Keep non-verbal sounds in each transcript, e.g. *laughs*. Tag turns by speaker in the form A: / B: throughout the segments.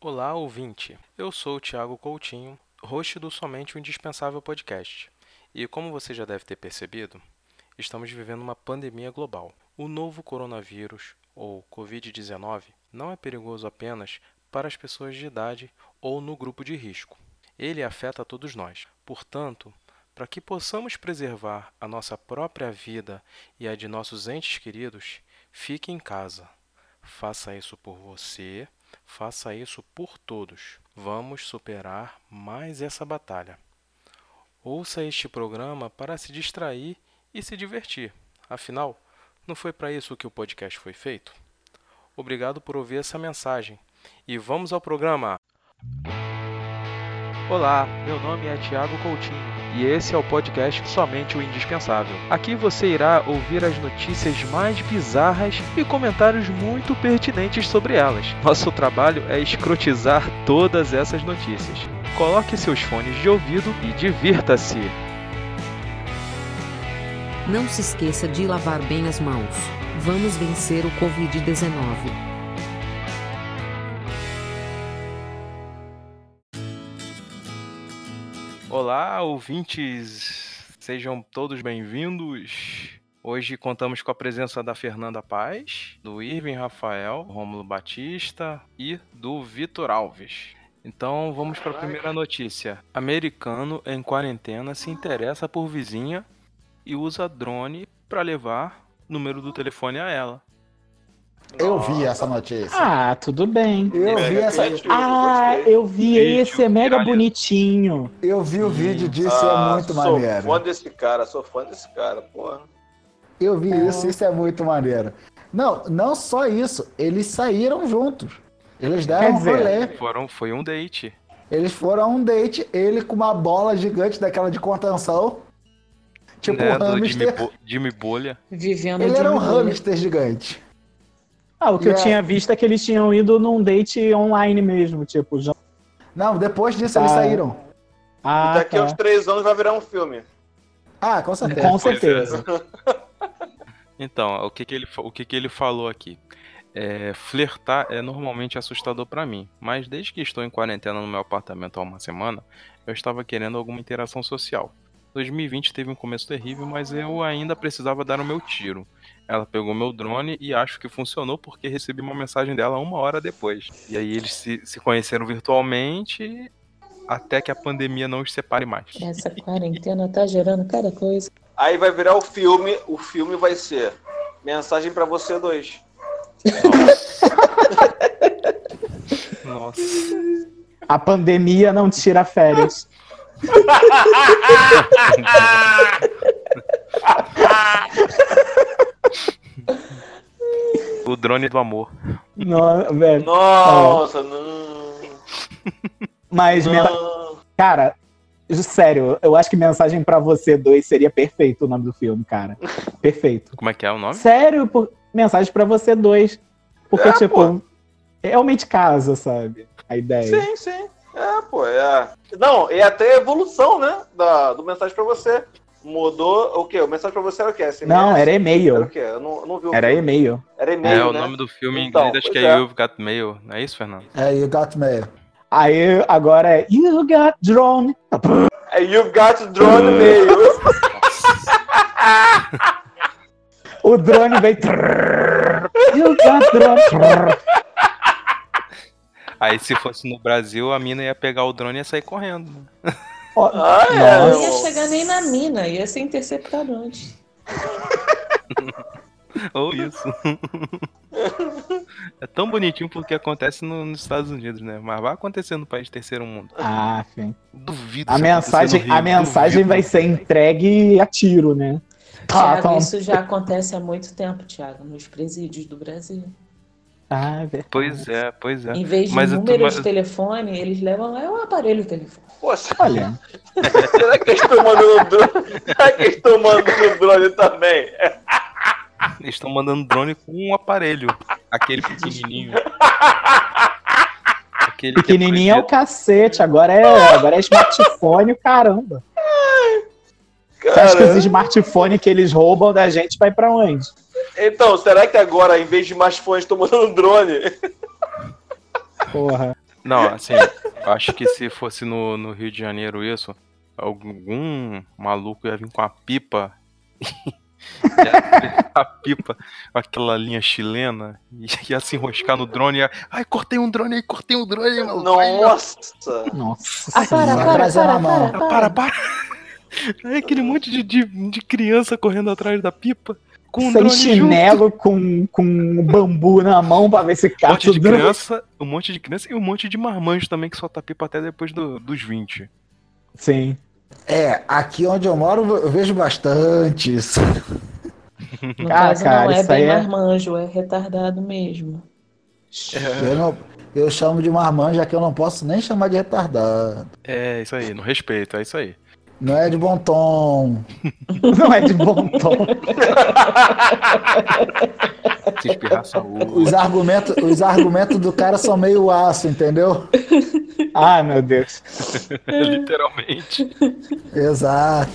A: Olá, ouvinte. Eu sou o Thiago Coutinho, host do Somente o Indispensável Podcast. E como você já deve ter percebido, estamos vivendo uma pandemia global. O novo coronavírus, ou Covid-19, não é perigoso apenas para as pessoas de idade ou no grupo de risco. Ele afeta a todos nós. Portanto, para que possamos preservar a nossa própria vida e a de nossos entes queridos, fique em casa. Faça isso por você, faça isso por todos. Vamos superar mais essa batalha. Ouça este programa para se distrair e se divertir. Afinal, não foi para isso que o podcast foi feito? Obrigado por ouvir essa mensagem e vamos ao programa! Olá, meu nome é Tiago Coutinho e esse é o podcast Somente o Indispensável. Aqui você irá ouvir as notícias mais bizarras e comentários muito pertinentes sobre elas. Nosso trabalho é escrotizar todas essas notícias. Coloque seus fones de ouvido e divirta-se!
B: Não se esqueça de lavar bem as mãos. Vamos vencer o Covid-19.
A: Olá, ouvintes! Sejam todos bem-vindos. Hoje contamos com a presença da Fernanda Paz, do Irving Rafael, Rômulo Batista e do Vitor Alves. Então vamos para a primeira notícia. Americano em quarentena se interessa por vizinha e usa drone para levar o número do telefone a ela.
C: Eu vi essa notícia.
D: Ah, tudo bem.
C: Eu vi essa.
D: Ah, eu vi
A: Vídeo
D: esse, é mega
A: viralizado.
D: bonitinho.
C: Eu vi o vídeo disso, é muito
E: Ah, sou
C: maneiro.
E: fã desse cara, sou fã desse cara, porra.
C: Eu vi isso, isso é muito maneiro. Não, não só isso, eles saíram juntos. Eles deram
D: Quer
C: um
D: dizer-
C: rolê.
A: Foram, foi um date.
C: Eles foram a um date, ele com uma bola gigante daquela de contenção. Tipo
A: né,
C: um
A: do Jimmy,
C: hamster.
A: Bo- Jimmy Bolha.
B: Vivendo
C: Ele
B: de
C: era um
B: maneira-
C: hamster gigante.
D: Ah, o que eu
C: Yeah.
D: tinha visto é que eles tinham ido num date online mesmo, tipo. Já...
C: Não, depois disso eles
D: Tá.
C: saíram.
D: Ah,
E: Daqui a uns
D: tá.
E: três anos vai virar um filme.
C: Ah, com certeza.
D: com certeza.
A: Então, o que, que, ele, fa- o que, que ele falou aqui? É, flertar é normalmente assustador pra mim, mas desde que estou em quarentena no meu apartamento há uma semana, eu estava querendo alguma interação social. 2020 teve um começo terrível, mas eu ainda precisava dar o meu tiro. Ela pegou meu drone e acho que funcionou porque recebi uma mensagem dela uma hora depois. E aí eles se, se conheceram virtualmente até que a pandemia não os separe mais.
F: Essa quarentena tá gerando cada coisa.
E: Aí vai virar o filme, o filme vai ser Mensagem pra você dois.
A: Nossa.
D: A pandemia não tira férias.
A: O drone do amor.
D: Não, é, velho.
E: Nossa, não.
D: Mas, mensa-
E: não.
D: cara, sério, eu acho que mensagem pra você dois seria perfeito o nome do filme, cara. Perfeito.
A: Como é que é o nome?
D: Sério, por- mensagem pra você dois. Porque,
E: É,
D: tipo,
E: pô.
D: realmente casa, sabe? A ideia.
E: Sim, sim. É, pô, é. Não, é até a evolução, né? Da, do mensagem pra você. Mudou o quê? O mensagem pra você era o quê? SMS?
D: Não, era
E: Era o
D: e-mail.
E: quê? Eu não, eu não vi o
D: Era e-mail.
E: Era
A: É,
E: e-mail.
A: o
E: né?
A: nome do filme em
E: Então,
A: inglês acho que
E: pois
A: é
E: é.
A: You've Got Mail, não é isso, Fernando?
C: É, you got me.
D: Aí agora é You got drone.
E: É You Got
A: Uh.
E: Drone Mail.
D: O drone vem. trrr. you got drone. trrr.
A: Aí se fosse no Brasil, a mina ia pegar o drone e ia sair correndo. né?
D: Ó,
E: Ah, é.
F: Não ia
E: eu-
F: chegar nem na mina, ia ser interceptado antes.
A: Ou
E: *laughs*
A: isso. é tão bonitinho porque acontece no- nos Estados Unidos, né? Mas vai acontecer no país terceiro mundo.
D: Ah, fim.
A: Duvido.
D: A
A: isso é um acontecer
D: mensagem,
A: no Rio,
D: a mensagem
A: duvido.
D: vai ser entregue a tiro, né? Tá,
F: Thiago,
D: então-
F: é isso já acontece há muito tempo, Thiago, nos presídios do Brasil.
D: Ah, é verdade.
A: Pois é, pois é.
F: Em vez de
A: Mas eu tô-
F: número
A: mas-
F: de telefone, eles levam é o aparelho telefônico.
E: Poxa,
D: Olha,
E: será que eles estão mandando drone? Será que eles estão mandando drone também?
A: Eles estão mandando drone com um aparelho. Aquele
D: *laughs*
A: pequenininho. Aquele que é
D: pequenininho é o
A: proibido.
D: cacete. Agora é, agora é smartphone, o caramba. Você acha que
E: Cara,
D: os smartphones que eles roubam da gente vai pra onde?
E: Então, será que agora, em vez de mais fãs, estão mandando drone?
D: Porra.
A: Não, assim, eu acho que se fosse no, no Rio de Janeiro isso, algum maluco ia vir com a pipa. *laughs* ia abrir a pipa, aquela linha chilena, e ia se enroscar no drone. Ia, Ai, cortei um drone aí, cortei um drone aí, maluco. Ai, meu-
E: Nossa!
D: Nossa
F: Ah, para,
D: senhora.
F: para,
C: Atrás era
F: para,
C: a mão.
F: para, para.
A: Para, para! Aí aquele monte de, de, de criança correndo atrás da pipa com um
D: Sem
A: drone junto.
D: chinelo, com, com um bambu na mão pra ver se tá
A: Um
D: capta
A: monte
D: o
A: de
D: drone.
A: criança, um monte de criança e um monte de marmanjo também que solta pipa até depois do- dos 20.
D: Sim.
C: É, aqui onde eu moro eu vejo bastante isso.
F: No
D: Ah,
F: caso,
D: cara,
F: não é
D: isso
F: bem
D: aí é-
F: marmanjo, é retardado mesmo.
A: É.
C: Eu, não- eu chamo de marmanjo, já que eu não posso nem chamar de retardado.
A: É, isso aí, no respeito, é isso aí.
C: Não é de bom tom.
D: Não é de bom tom.
A: Se espirrar, um. saúde.
C: *laughs*
A: *laughs*
C: Os argumentos, os argumentos do cara são meio aço, entendeu?
D: Ai, Ah, meu Deus.
A: Literalmente.
C: Exato.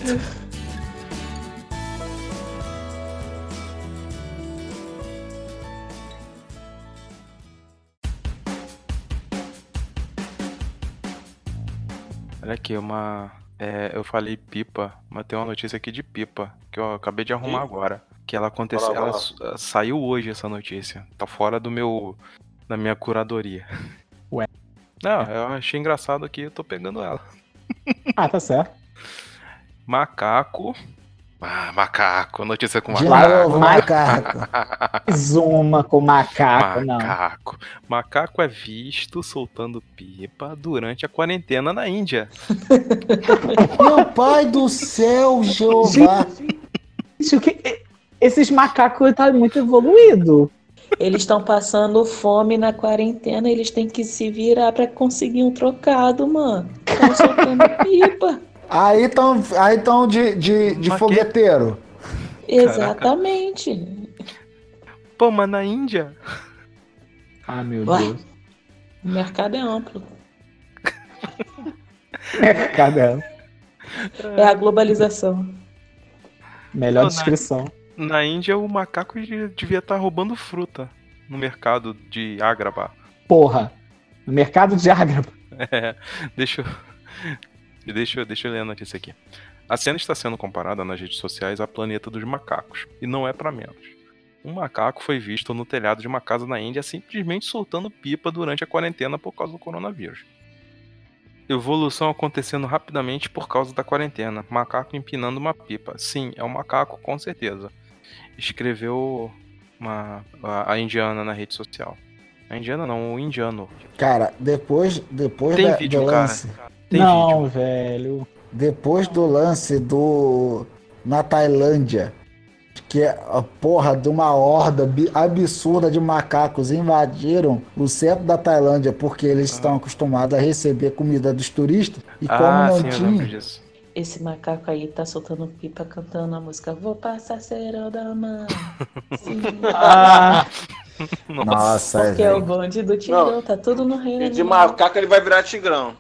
A: Olha aqui, uma. é, eu falei pipa, mas tem uma notícia aqui de pipa, que eu acabei de arrumar
E: Ih.
A: agora. Que ela aconteceu.
E: Vai lá,
A: Ela
E: vai
A: s- saiu hoje essa notícia. Tá fora do meu. da minha curadoria.
D: Ué.
A: Não, eu achei engraçado aqui, eu tô pegando ela.
D: Ah, tá certo.
A: Macaco. Ah, macaco. Notícia com
C: De
A: macaco. *laughs*
C: novo, Ah, macaco.
D: Zuma com macaco, não.
A: Ah, tá. Macaco. Macaco é visto soltando pipa durante a quarentena na Índia.
C: Meu pai do céu, Jeová.
D: Gente, o que- Esses macacos tá muito evoluído.
F: Eles estão passando fome na quarentena, eles têm que se virar pra conseguir um trocado, mano. Estão soltando *laughs* pipa.
C: Aí tão, aí tão de, de, de
A: Mas
C: fogueteiro.
F: Exatamente.
A: Pô, mas na Índia?
D: Ah, meu
F: Ué.
D: Deus.
F: O mercado é amplo.
D: Cada
F: É a globalização.
D: melhor
A: Não, né?
D: descrição.
A: Na Índia o macaco de- devia estar roubando fruta no mercado de Agrabah.
D: Porra. No mercado de Ágraba.
A: É, deixa eu. *laughs* Deixa eu, deixa eu ler a notícia aqui. A cena está sendo comparada nas redes sociais à planeta dos macacos, e não é pra menos. Um macaco foi visto no telhado de uma casa na Índia simplesmente soltando pipa durante a quarentena por causa do coronavírus. Evolução acontecendo rapidamente por causa da quarentena. Macaco empinando uma pipa. Sim, é um macaco, com certeza. Escreveu uma- a, a indiana na rede social. A indiana não, o indiano.
C: Cara, depois, depois
A: Tem
C: da-
A: vídeo,
C: do
A: cara.
C: lance.
A: Tem
D: não,
A: vídeo.
D: velho.
C: Depois do lance do. na Tailândia, que é a porra de uma horda bi- absurda de macacos invadiram o centro da Tailândia porque eles estão acostumados a receber comida dos turistas e um como
A: ah,
C: não
A: sim, eu lembro
C: tinha.
A: disso.
F: Esse macaco aí tá soltando pipa cantando a música Vou passar cerol da mão. Sim.
D: Ah,
C: Nossa,
F: Porque é o
C: velho.
F: bonde do Tigrão, tá tudo no reino.
E: E de
F: Unido.
E: macaco ele vai virar tigrão.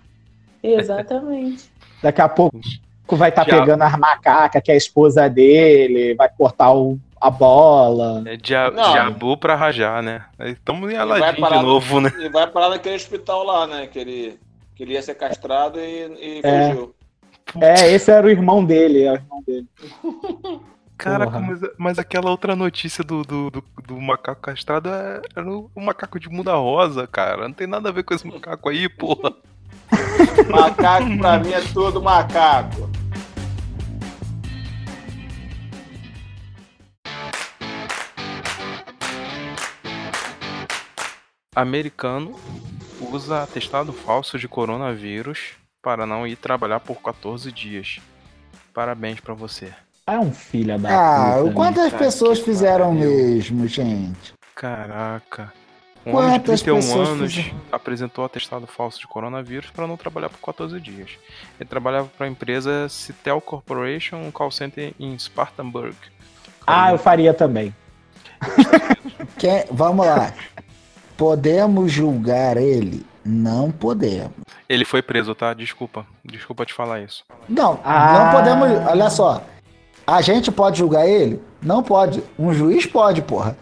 F: Exatamente.
D: daqui a pouco vai estar
A: Diabo.
D: pegando as macacas, que é a esposa dele, vai cortar o- a bola.
A: É dia,
E: Não.
A: Diabu pra rajar, né? Estamos em
E: Vai
A: Aladim
E: parar-
A: de novo, né?
E: E vai parar naquele hospital lá, né? Que ele, que ele ia ser castrado e, e
D: É.
E: fugiu.
D: É, esse era o irmão dele. é o irmão dele.
A: Caraca,
D: Porra.
A: mas, mas aquela outra notícia do, do, do, do macaco castrado é- era o o macaco de muda rosa, cara. Não tem nada a ver com esse macaco aí, porra.
E: Macaco pra mim é todo macaco.
A: Americano usa atestado falso de coronavírus para não ir trabalhar por 14 dias. Parabéns pra você.
D: Ah, é um filho da
C: Ah,
D: puta, né?
C: quantas
A: Puta
C: pessoas
A: que
C: fizeram
A: pariu.
C: mesmo, gente?
A: Caraca. Um homem de
C: Quantas
A: 31
C: pessoas
A: anos
C: fizeram?
A: apresentou atestado falso de coronavírus para não trabalhar por 14 dias. Ele trabalhava para a empresa Citel Corporation, um call center em Spartanburg.
D: Ah, eu faria também.
C: Quem- vamos lá. Podemos julgar ele? Não podemos.
A: Ele foi preso, tá? Desculpa. Desculpa te falar isso.
C: Não,
D: Ah.
C: não podemos. Olha só. A gente pode julgar ele? Não pode. Um juiz pode, porra.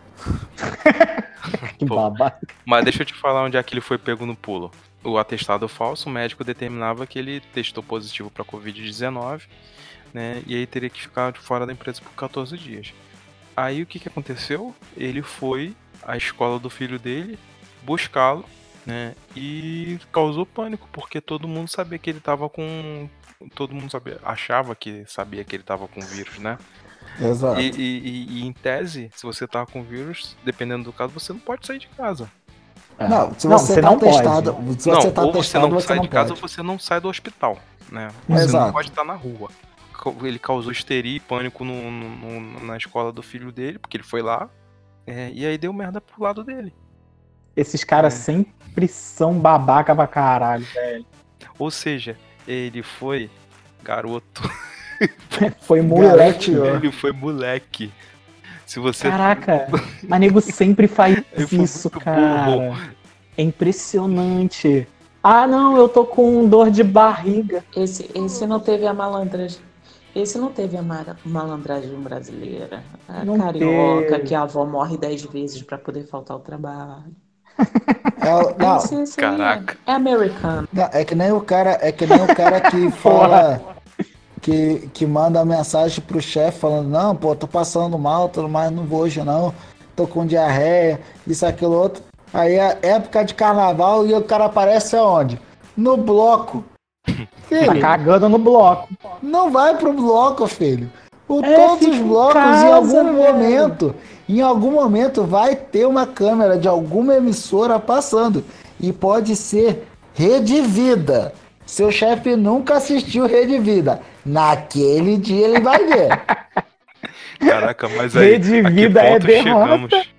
D: Que
A: Pô.
D: babaca.
A: Mas deixa eu te falar onde é que ele foi pego no pulo. o atestado falso, o médico determinava que ele testou positivo para Covid-19, né? E aí teria que ficar fora da empresa por 14 dias. Aí o que, que aconteceu? Ele foi à escola do filho dele buscá-lo, né? E causou pânico, porque todo mundo sabia que ele tava com. Todo mundo sabia, achava que sabia que ele tava com vírus, né?
C: Exato.
A: E, e- e- e em tese, se você tá com vírus, dependendo do caso, você não pode sair de casa.
D: É.
C: Não, se
D: Não,
C: você
D: você
C: tá
D: não pode.
C: testado, se
A: não,
C: você tá
A: ou você
C: testado,
A: não
C: você
A: sai
C: não
A: de casa
C: pode.
A: ou você não sai do hospital, né? Você não
C: Exato.
A: pode estar na rua. Co- Ele causou histeria e pânico no- no- no- na escola do filho dele, porque ele foi lá. é, e aí deu merda pro lado dele.
D: Esses caras
A: É.
D: sempre são babaca pra caralho, velho.
A: Ou seja, ele foi garoto.
D: Foi moleque.
C: Garoteou.
A: *laughs* Ele foi moleque. Se você.
D: Caraca, mas nego
A: *laughs*
D: sempre faz
A: Eu fui
D: isso,
A: muito
D: cara. É impressionante. Ah, não, eu tô com dor de barriga.
F: Esse, esse não teve a malandragem. Esse não teve a mara- malandragem brasileira. A
D: Não
F: carioca,
D: teve.
F: que a avó morre dez vezes pra poder faltar ao trabalho. *laughs*
C: É, o- não,
F: Esse- esse aí é-
A: Caraca.
F: É americano.
C: Não, é que nem o cara, é que nem o cara que fala que, que manda mensagem pro chefe falando, não, pô, tô passando mal, tudo mais, não vou hoje não, tô com diarreia, isso, aquilo, outro. Aí é época de carnaval e o cara aparece aonde?
A: *laughs*
C: No bloco.
D: Tá
C: Filho,
D: cagando no bloco.
C: não vai pro bloco, filho. O,
D: É,
C: todos
D: fica
C: os
D: em
C: blocos, em
D: casa,
C: algum
D: velho.
C: momento, em algum momento vai ter uma câmera de alguma emissora passando. E pode ser Rede Vida. Seu chefe nunca assistiu Rede Vida. Naquele dia ele vai
D: *laughs*
C: ver.
A: Caraca, mas aí.
D: Rede
A: a que
D: vida é
A: ponto
D: derrota.
A: chegamos?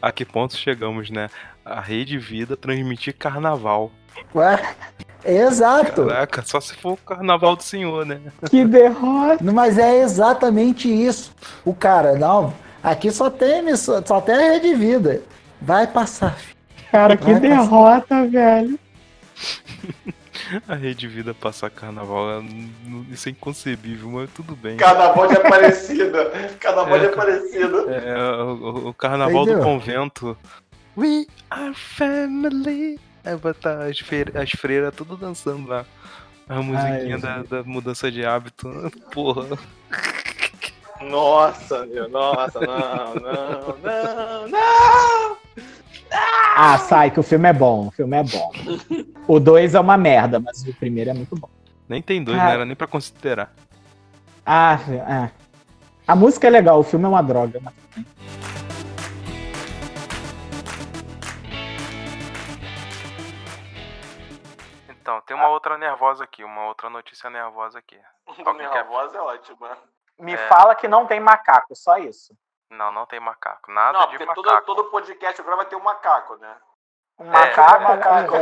A: A que ponto chegamos, né? A rede vida transmitir carnaval.
C: Ué? Exato.
A: Caraca, só se for o carnaval do senhor, né?
D: Que derrota.
C: Mas é exatamente isso. O cara, não, aqui só tem emissora, só tem a Rede Vida. Vai passar.
D: Cara, que
C: Vai passar.
D: derrota, velho.
A: A rede vida passar carnaval. é- n- Isso é inconcebível, mas tudo bem.
E: Carnaval de Aparecida. Carnaval de Aparecida.
A: É, o, o- o carnaval do
C: Entendeu?
A: convento. We are family. Aí bota as, feira- as freiras tudo dançando lá. A musiquinha
D: Ai,
A: da, da mudança de hábito. *laughs* Porra.
E: Nossa, meu. Nossa, não, não, não, não.
D: Ah, sai, que o filme é bom. O filme é bom. O dois é uma merda, mas o primeiro é muito bom.
A: Nem tem dois, não
D: Cara.
A: era nem pra considerar.
D: Ah, é. A música é legal, o filme é uma droga. mas-
A: Então, tem uma outra nervosa aqui, uma outra notícia nervosa aqui. Alguém
E: Minha
A: quer-
E: voz é ótima.
D: Me
A: É.
D: fala que não tem macaco, só isso.
A: Não, não tem macaco. Nada
E: Não, porque todo, todo podcast agora vai ter um macaco, né?
D: Um
A: É. macaco,
D: macaco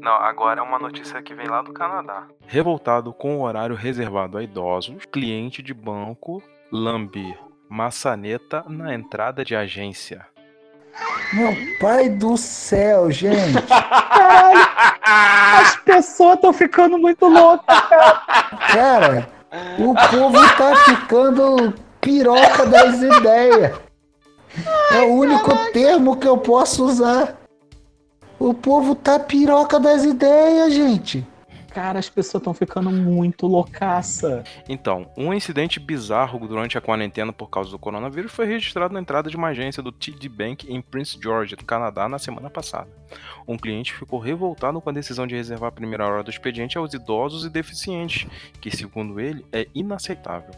A: Não, agora é uma notícia que vem lá do Canadá. Revoltado com o horário reservado a idosos, cliente de banco lambe maçaneta na entrada de agência.
C: Meu pai do céu, gente.
D: As pessoas estão ficando muito loucas.
C: Cara, o povo tá ficando piroca das ideias. É o único termo que eu posso usar. O povo tá piroca das ideias, gente.
D: Cara, as pessoas estão ficando muito loucaça.
A: Então, um incidente bizarro durante a quarentena por causa do coronavírus foi registrado na entrada de uma agência do TD Bank em Prince George, no Canadá, na semana passada. Um cliente ficou revoltado com a decisão de reservar a primeira hora do expediente aos idosos e deficientes, que, segundo ele, é inaceitável.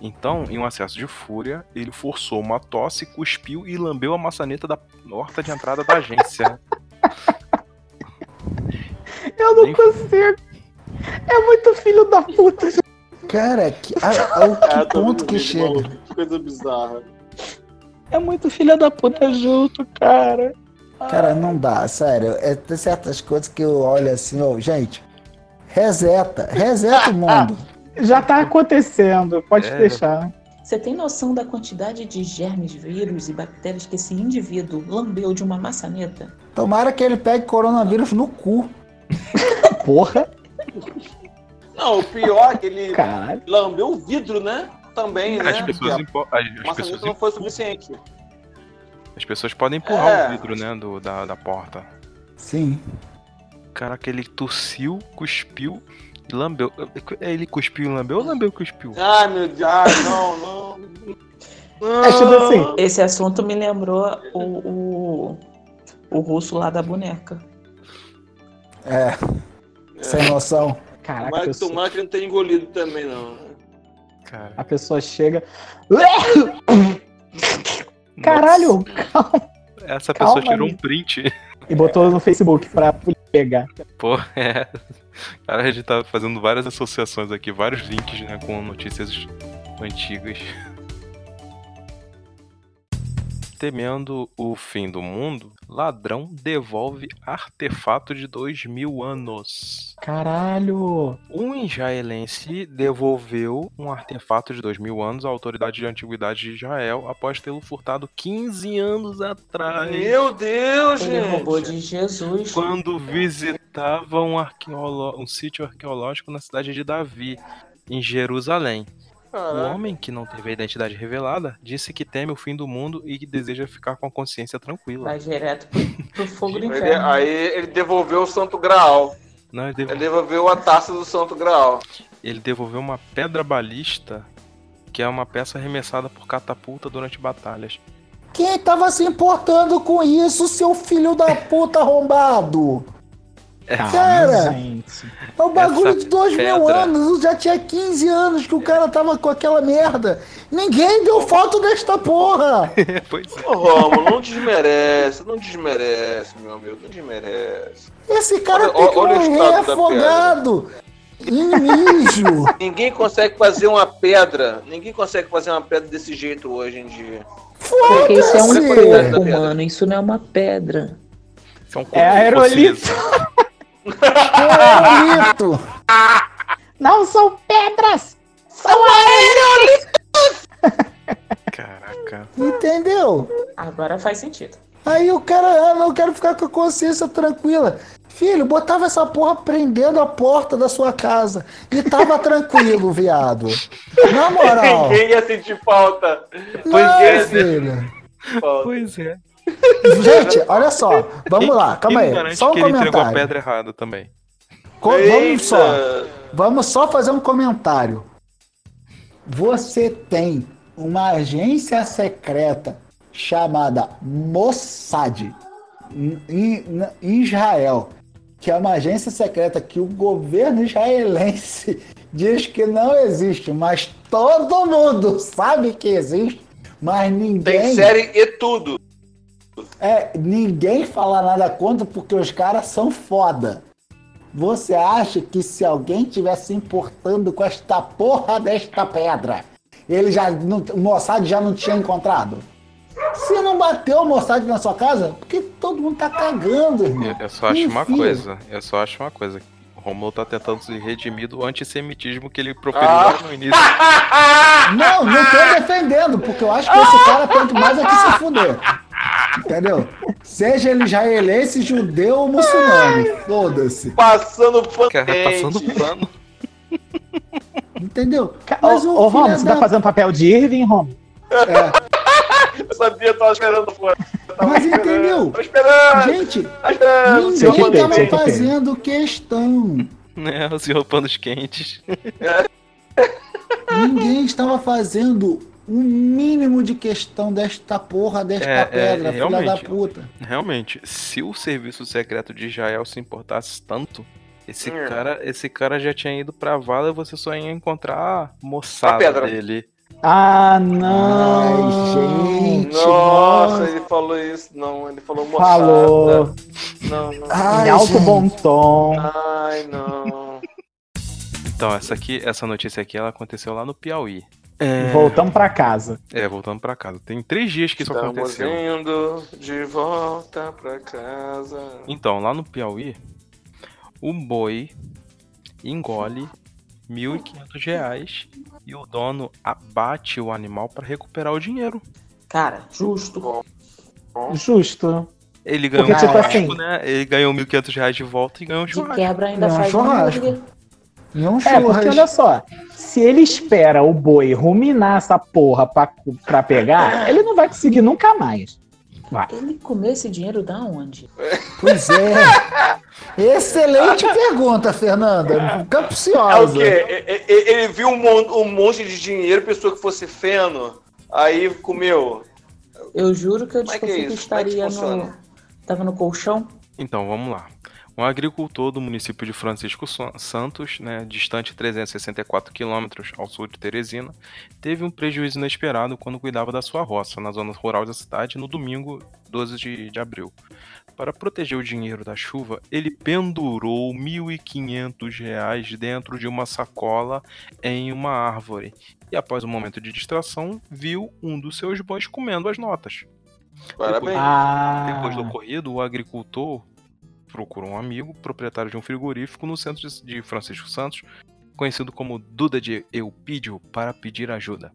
A: Então, em um acesso de fúria, ele forçou uma tosse, cuspiu e lambeu a maçaneta da porta de entrada da agência.
D: Eu não
A: Nem-
D: consigo. É muito filho da puta.
C: Cara, que, a- ao que
E: Ah, tô
C: ponto
E: vendo
C: que
E: vídeo,
C: chega?
E: maluco, Que coisa bizarra.
D: É muito filho da puta junto, cara.
C: Cara, não dá, sério. É, tem certas coisas que eu olho assim, ó, gente. Reseta, reseta o mundo.
D: Já tá acontecendo, pode
A: É.
D: deixar.
F: Você tem noção da quantidade de germes, vírus e bactérias que esse indivíduo lambeu de uma maçaneta?
C: Tomara que ele pegue coronavírus no cu.
D: Porra,
E: Não, o pior é que ele
D: caralho.
E: lambeu o vidro, né? Também, né?
A: As pessoas,
E: Porque
A: impo- as-
E: a
A: as pessoas
E: maçaneta não foi suficiente.
A: As pessoas podem empurrar
E: É.
A: o vidro, né, do, da, da porta.
D: Sim.
A: Caraca, ele tossiu, cuspiu e lambeu. É, Ele cuspiu e lambeu ou lambeu e cuspiu?
E: Ai, meu Deus. Ai, Ah, não, não. não.
D: É tipo assim.
F: Esse assunto me lembrou o, o, o russo lá da boneca.
C: É, sem noção.
D: Caraca, a
E: Tomara,
D: pessoa,
E: tomara que ele não tenha engolido também, não.
A: Cara.
D: a pessoa chega. Caralho!
A: nossa, essa
D: calma
A: pessoa tirou
D: aí.
A: um print. *laughs*
D: E botou no Facebook pra polícia pegar.
A: Pô, é. Cara, a gente tá fazendo várias associações aqui, vários links, né, com notícias antigas. Temendo o fim do mundo, ladrão devolve artefato de dois mil anos.
D: Caralho!
A: Um israelense devolveu um artefato de dois mil anos à autoridade de antiguidade de Israel após tê-lo furtado 15 anos atrás.
E: Meu Deus,
F: Ele
E: gente.
F: roubou de Jesus.
A: quando visitava um, arqueolo- um sítio arqueológico na cidade de Davi, em Jerusalém. O
E: Caraca.
A: homem que não teve a identidade revelada disse que teme o fim do mundo e que deseja ficar com a consciência tranquila.
F: Vai direto pro, pro fogo
E: Ele-
F: do inferno.
E: aí ele devolveu o Santo Graal.
A: Não, ele, devo-
E: Ele devolveu a taça do Santo Graal.
A: ele devolveu uma pedra balista, que é uma peça arremessada por catapulta durante batalhas. *laughs*
C: Quem tava se importando com isso, seu filho da puta arrombado?
D: Calma,
C: Cara.
D: gente.
C: É um bagulho
A: Essa
C: de dois mil
A: pedra.
C: anos, já tinha 15 anos que o cara tava com aquela merda. Ninguém deu foto desta porra!
A: pois é.
E: Ô, Romulo, não desmerece, não desmerece, meu amigo, não desmerece.
C: Esse cara
E: Olha-
C: tem que
E: olha o
C: morrer
E: estado da
C: afogado em mijo.
E: Ninguém consegue fazer uma pedra, ninguém consegue fazer uma pedra desse jeito hoje em dia. Ah,
F: Porque isso é
E: Olha a qualidade
F: um
E: da
F: corpo,
E: pedra.
F: humano. Isso não é uma pedra.
A: Isso um corpo
D: É aerolito.
A: fossilizado.
C: Aerolito.
D: Não são pedras!
A: Caraca.
C: Entendeu?
F: Agora faz sentido.
C: Aí o cara, ah, não eu quero ficar com a consciência tranquila. Filho, botava essa porra prendendo a porta da sua casa. E
A: *laughs*
C: tava tranquilo, viado. Na moral.
E: Ninguém ia sentir falta.
A: é, né?
C: Não, filho.
E: falta.
A: Pois é.
C: Gente, olha só. Vamos lá, calma
A: Quem
C: aí.
A: garante
C: Só um
A: que ele entregou a
C: comentário.
A: pedra errada também.
C: Co- Vamos só.
E: Eita.
C: Vamos só fazer um comentário. Você tem uma agência secreta chamada Mossad em- em em Israel, que é uma agência secreta que o governo israelense *laughs* diz que não existe, mas todo mundo sabe que existe, mas
E: Tem
C: ninguém
E: série e tudo.
C: é, ninguém fala nada contra porque os caras são foda. Você acha que se alguém tivesse se importando com esta porra desta pedra, ele já não, o Mossad já não tinha encontrado? Se não bateu o Mossad na sua casa, porque todo mundo tá cagando, irmão.
A: Eu, eu só acho uma
C: Enfim.
A: coisa. Eu só acho uma coisa. O Romulo tá tentando se redimir do antissemitismo que ele proferiu
E: Ah.
A: lá no início.
C: Não, não tô defendendo, porque eu acho que esse cara tem que mais é que se fuder. Entendeu? Seja ele israelense, judeu ou muçulmano. Foda-se.
E: Passando
A: Cara, tá passando
E: patente.
A: pano.
C: Entendeu?
D: Ca-
C: Mas o
D: Ô, ô Romo,
C: filho é
D: você
C: da
D: tá fazendo papel de Irving, Romo?
E: Eu sabia, eu tava esperando, pô.
C: Mas entendeu?
E: Tava esperando,
C: Gente,
E: tava esperando.
D: Seu
C: ninguém
D: roteiro,
C: tava
D: seu roteiro.
C: fazendo questão.
A: Né, o senhor panos quentes.
C: Ninguém estava fazendo o mínimo de questão desta porra, desta
A: É, é,
C: pedra, filha da
A: realmente.
C: puta.
A: Realmente, se o serviço secreto de Israel se importasse tanto, esse
E: Hum.
A: cara, esse cara já tinha ido pra vala e você só ia encontrar a moçada
E: pedra.
A: dele.
D: Ah, não!
C: Ai, gente.
E: Nossa, ele falou isso. Não, ele falou moçada.
D: Falou
E: Não, não.
C: Ai,
D: em alto
C: gente.
D: bom tom.
E: Ai, não.
A: Então, essa aqui, essa notícia aqui, ela aconteceu lá no Piauí. É,
D: Voltamos pra casa.
A: é, voltando pra casa. Tem três dias que isso
E: Estamos
A: aconteceu.
E: indo de volta pra casa.
A: Então, lá no Piauí, o boi engole 1.500 reais e o dono abate o animal para recuperar o dinheiro.
F: Cara, justo.
D: Justo.
A: Ele ganhou
D: Porque,
C: tipo
A: churrasco,
D: assim-
A: né? Ele ganhou 1.500 reais de volta e ganhou um
F: De
A: churrasco.
F: quebra ainda
C: Não,
F: faz
C: churrasco.
F: hambúrguer.
C: Não
D: É, porque olha
C: churras.
D: só, se ele espera o boi ruminar essa porra pra, cu- pra pegar, ele não vai conseguir nunca mais.
F: Ele comeu esse dinheiro da onde?
C: Pois é. Excelente pergunta, Fernanda.
E: É o
C: Capciosa.
E: quê? E- e- Ele viu um mon- um monte de dinheiro, pensou que fosse feno, aí comeu.
F: Eu juro que eu
E: Como é que é
F: desconfio que
E: isso? Como é que
F: estaria no.
E: funciona?
F: Tava no colchão?
A: Então, vamos lá. Um agricultor do município de Francisco Sa- Santos, né, distante 364 quilômetros ao sul de Teresina, teve um prejuízo inesperado quando cuidava da sua roça na zona rural da cidade no domingo 12 de, de abril. Para proteger o dinheiro da chuva, ele pendurou R$ 1.500 reais dentro de uma sacola em uma árvore e, após um momento de distração, viu um dos seus bois comendo as notas.
E: Parabéns.
D: Ah,
A: Depois do ocorrido, o agricultor procurou um amigo, proprietário de um frigorífico no centro de- de Francisco Santos, conhecido como Duda de Eupídio, para pedir ajuda.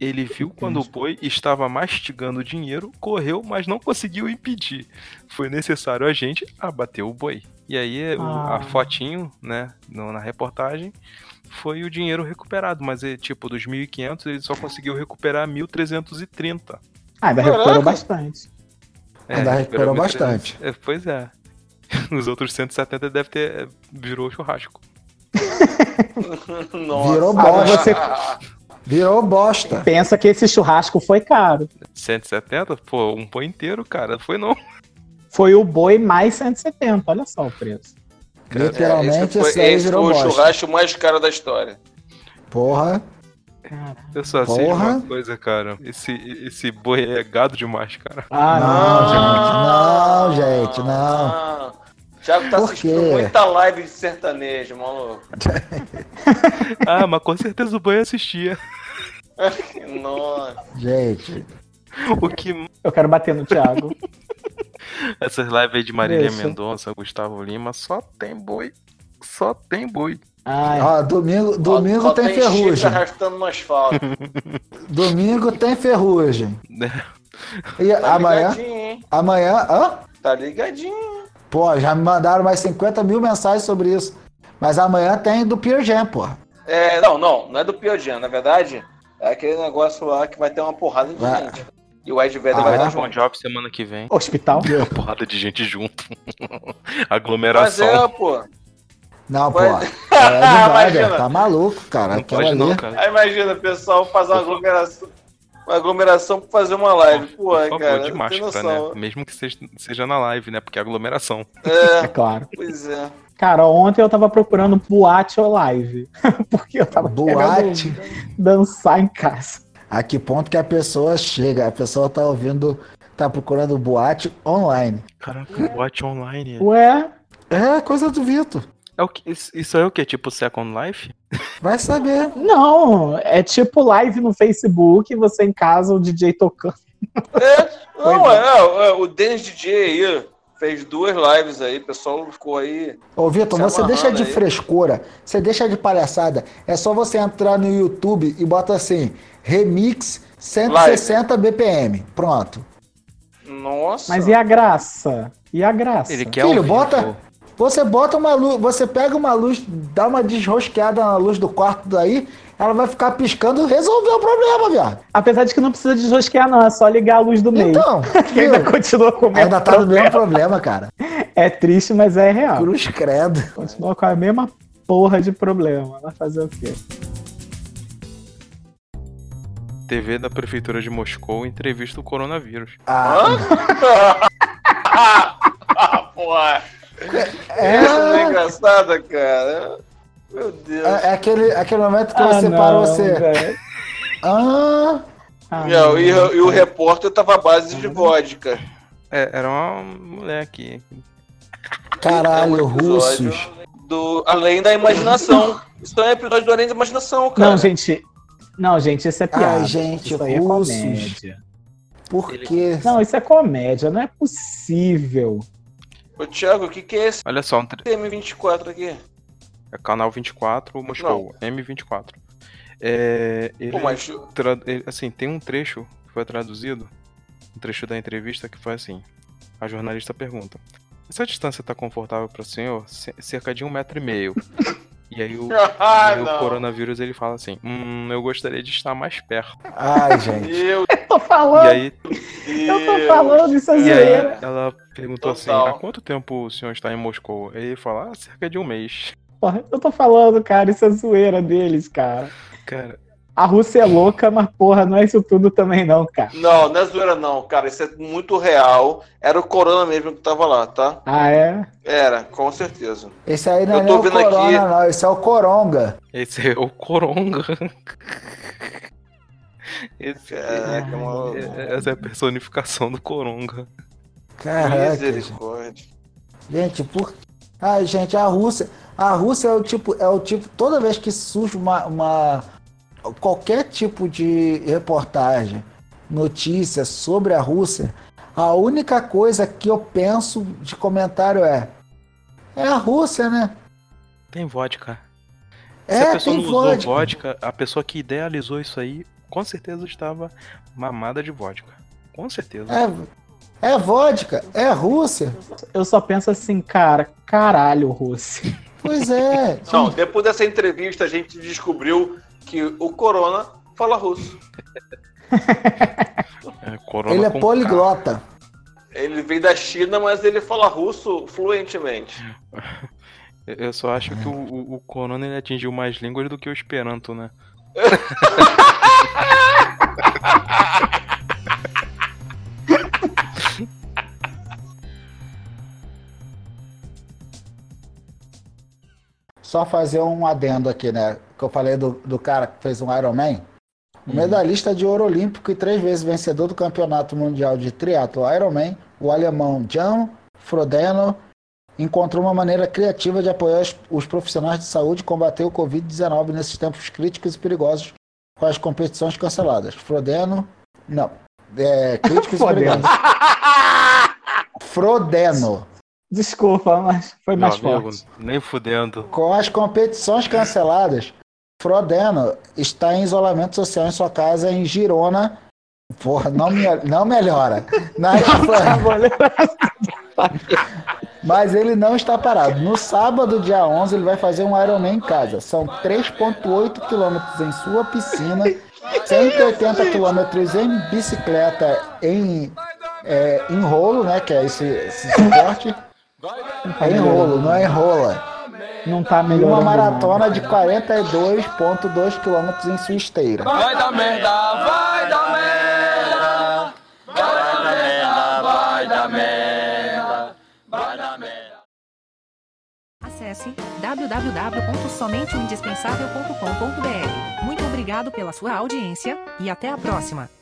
A: Ele viu quando o boi estava mastigando o dinheiro, correu, mas não conseguiu impedir. Foi necessário a gente abater o boi. E aí eh, o- a
D: Ah.
A: fotinho, né, no- na reportagem, foi o dinheiro recuperado, mas é, tipo dos 1.500 ele só conseguiu recuperar 1.330.
D: Ah, ainda recuperou
E: Caraca.
D: bastante.
C: Ainda recuperou
A: É, recuperou
C: bastante.
A: 1.300. É, pois é. *laughs* Os outros 170 deve ter. é, virou churrasco.
E: Nossa. Ah,
C: Virou
D: bosta.
C: Virou bosta.
D: Pensa que esse churrasco foi caro.
A: 170? Pô, um pão inteiro, cara. Foi não.
D: Foi o boi mais 170, olha só o preço.
E: É,
A: Cara,
C: Literalmente,
E: esse
C: esse
E: foi,
C: aí
E: esse
C: virou
E: foi o
C: bosta.
E: churrasco mais caro da história.
C: Porra.
D: Caraca.
A: Eu só sei de uma
C: Porra.
A: coisa, cara. Esse, esse boi é gado demais, cara. *laughs*
D: Ah,
C: Não,
D: não.
C: gente, não, gente, não.
E: não. Ah. Thiago tá
C: Por
E: assistindo
C: quê?
E: muita live de sertanejo, maluco.
A: Ah, mas com certeza o boi assistia. *laughs*
E: Nossa.
C: Gente.
A: O que.
D: Eu quero bater no Thiago.
A: Essas lives aí de Marília
D: Isso.
A: Mendonça, Gustavo Lima, só tem boi. Só tem boi.
D: Ai,
C: Ó, domingo domingo
E: Só- só
C: tem,
E: chifre
C: ferrugem.
E: arrastando no asfalto.
C: Domingo tem ferrugem. E
E: Tá
C: amanhã.
E: ligadinho, hein?
C: Amanhã. Hã?
E: Tá ligadinho.
C: Pô, já me mandaram mais 50 mil mensagens sobre isso. Mas amanhã tem do Pier Jam, pô.
E: É, não, não, não é do Piodjan, na verdade. É aquele negócio lá que vai ter uma porrada de
C: Ah.
E: gente. E o Ed Vedder
C: Ah,
E: vai
A: Vai
C: é?
E: dar
A: dar
E: junto.
A: bom job semana que vem.
D: hospital?
A: Uma porrada de gente junto. *laughs*
E: Mas
A: Aglomeração.
E: é, pô.
C: Não, pô.
E: Mas-
C: É, não vai,
E: Imagina.
C: velho. Tá maluco, cara.
A: Não
C: Aquela
A: pode não,
C: ali. é
A: cara.
E: Aí imagina, o pessoal faz uma aglomeração. Uma aglomeração pra fazer uma live. Pô,
A: Por favor,
E: cara,
A: de
E: não tem
A: máscara,
E: noção.
A: né? Mesmo que seja, seja na live, né? Porque é aglomeração.
D: É claro.
E: Pois é.
D: Cara, ontem eu tava procurando boate ou live. *laughs* Porque eu tava
C: Boate.
D: querendo dançar em casa.
C: A que ponto que a pessoa chega? A pessoa tá ouvindo, tá procurando boate online.
A: Caraca, boate online.
D: Ué,
C: É coisa do Vitor.
A: É o que, isso isso é o que? Tipo Second Life?
C: Vai saber.
D: não. É tipo live no Facebook, você em casa, o DJ tocando.
E: É, não,
D: Pois
E: é, é, o Dennis DJ aí fez duas lives aí, o pessoal ficou aí.
C: Ô, Vitor,
E: Se
C: você deixa de
E: amarrando aí.
C: frescura, você deixa de palhaçada. É só você entrar no YouTube e bota assim, remix 160 BPM. Pronto.
E: Nossa.
D: Mas e a graça? E a graça?
A: Ele quer
C: Filho,
A: ao vivo.
C: bota- Você bota uma luz, você pega uma luz, dá uma desrosqueada na luz do quarto daí, ela vai ficar piscando, resolveu o problema, viado.
D: Apesar de que não precisa desrosquear, não. É só ligar a luz do meio. *laughs*
C: Então,
D: que ainda
C: viu?
D: continua tá com o mesmo
C: ainda tá no mesmo
D: problema.
C: problema, cara.
D: É triste, mas é real.
C: Cruz credo.
D: Continua com a mesma porra de problema. Vai fazer o quê?
A: TV da Prefeitura de Moscou entrevista o coronavírus.
C: Ah,
E: Ah, porra.
C: é,
E: Essa não é engraçada, cara. Meu Deus.
C: é- é aquele, aquele momento que
D: Ah,
C: você
D: não,
C: para você.
D: velho.
C: Ah,
D: Ah,
E: Não, e,
D: não,
E: e o
D: cara.
E: repórter tava à base de vodka.
A: É, era uma mulher aqui.
C: caralho,
E: É um episódio
C: russos.
E: Do Além da Imaginação. Isso é um episódio do Além da Imaginação, cara.
D: Não, gente. Não, gente, isso é piada.
C: Ai, gente,
D: isso aí é
C: russos.
D: comédia.
C: Por quê?
E: tá
D: Não, isso é comédia, não é possível.
E: Ô, Thiago, o que, que é esse
A: Olha só, um tre-
E: TM24 aqui?
A: é canal 24 Moscou, M24. É, ele,
E: Pô, mas
A: tra- ele- assim, tem um trecho que foi traduzido, um trecho da entrevista que foi assim. A jornalista pergunta: Essa distância tá confortável para o senhor? Ce- cerca de um metro e meio. e aí o,
E: *laughs* Ah,
A: e o
E: não.
A: coronavírus ele fala assim: Hum, eu gostaria de estar mais perto.
C: Ai, gente.
E: Meu
D: tô
A: E
D: falando,
A: aí,
D: *laughs* eu tô falando, isso é
A: e aí
D: Ah, zoeira.
A: ela perguntou assim:
E: Total.
A: há quanto tempo o senhor está em Moscou? Aí ele fala: ah, cerca de um mês. *laughs*
D: Porra, eu tô falando, cara, isso é zoeira deles, cara.
A: Cara,
D: A Rússia é louca, mas porra, não é isso tudo também não, cara.
E: Não, não é zoeira não, cara. Isso é muito real. Era o Corona mesmo que tava lá, tá?
D: Ah, é?
E: Era, com certeza.
C: Esse aí não é
E: Eu
C: nem
E: tô
C: o
E: vendo
C: Corona,
E: aqui-
C: não. Esse é o Coronga.
A: esse é o Coronga. *laughs* Esse é,
E: Caraca, mano.
A: essa é a personificação do Coronga.
C: Caraca. gente.
E: Misericórdia.
C: Gente, por. Ai, gente, a Rússia. A Rússia é o tipo. É o tipo. Toda vez que surge uma. uma- qualquer tipo de reportagem, notícia sobre a Rússia, a única coisa que eu penso de comentário é. É a Rússia, né?
A: Tem vodka. Se a
C: É,
A: pessoa
C: tem
A: não usou
C: vodka.
A: vodka, a pessoa que idealizou isso aí, com certeza estava mamada de vodka. Com certeza.
C: É, é vodka, é Rússia.
D: Eu só penso assim, cara, caralho, Rússia. *laughs*
C: Pois é.
E: Não, depois dessa entrevista a gente descobriu que o Corona fala russo.
A: É, corona
C: Ele é
A: com
C: poliglota.
E: Ele veio da China, mas ele fala russo fluentemente.
A: K. Eu- Eu só
D: É.
A: acho que o, o, o corona ele atingiu mais línguas do que o esperanto, né?
C: Só fazer um adendo aqui, né? Que eu falei do, do cara que fez um Ironman. O medalhista de ouro olímpico e três vezes vencedor do Campeonato Mundial de Triatlo Ironman, o alemão Jan Frodeno, encontrou uma maneira criativa de apoiar os, os profissionais de saúde e combater o Covid-19 nesses tempos críticos e perigosos com as competições canceladas. Frodeno, não, é, críticos e
D: Frodeno.
C: perigosos. Frodeno.
D: Desculpa, mas foi
A: Meu
D: mais
A: amigo,
D: forte. *laughs*
A: nem fudendo.
C: Com as competições canceladas, Frodeno está em isolamento social em sua casa em Girona. Porra, não, me- não melhora. Na Espanha. Mas ele não está parado. No sábado, dia 11, ele vai fazer um Ironman em casa. São 3,8 quilômetros em sua piscina, 180 quilômetros em bicicleta em, é, em rolo, né? Que é esse, esse esporte. É em rolo, não é em rola
D: Não tá
C: e
D: melhorando.
C: uma
D: não.
C: maratona de 42,2 km em sua esteira.
G: Acesse um www.somenteoindispensável.com.br. Muito obrigado pela sua audiência e até a próxima.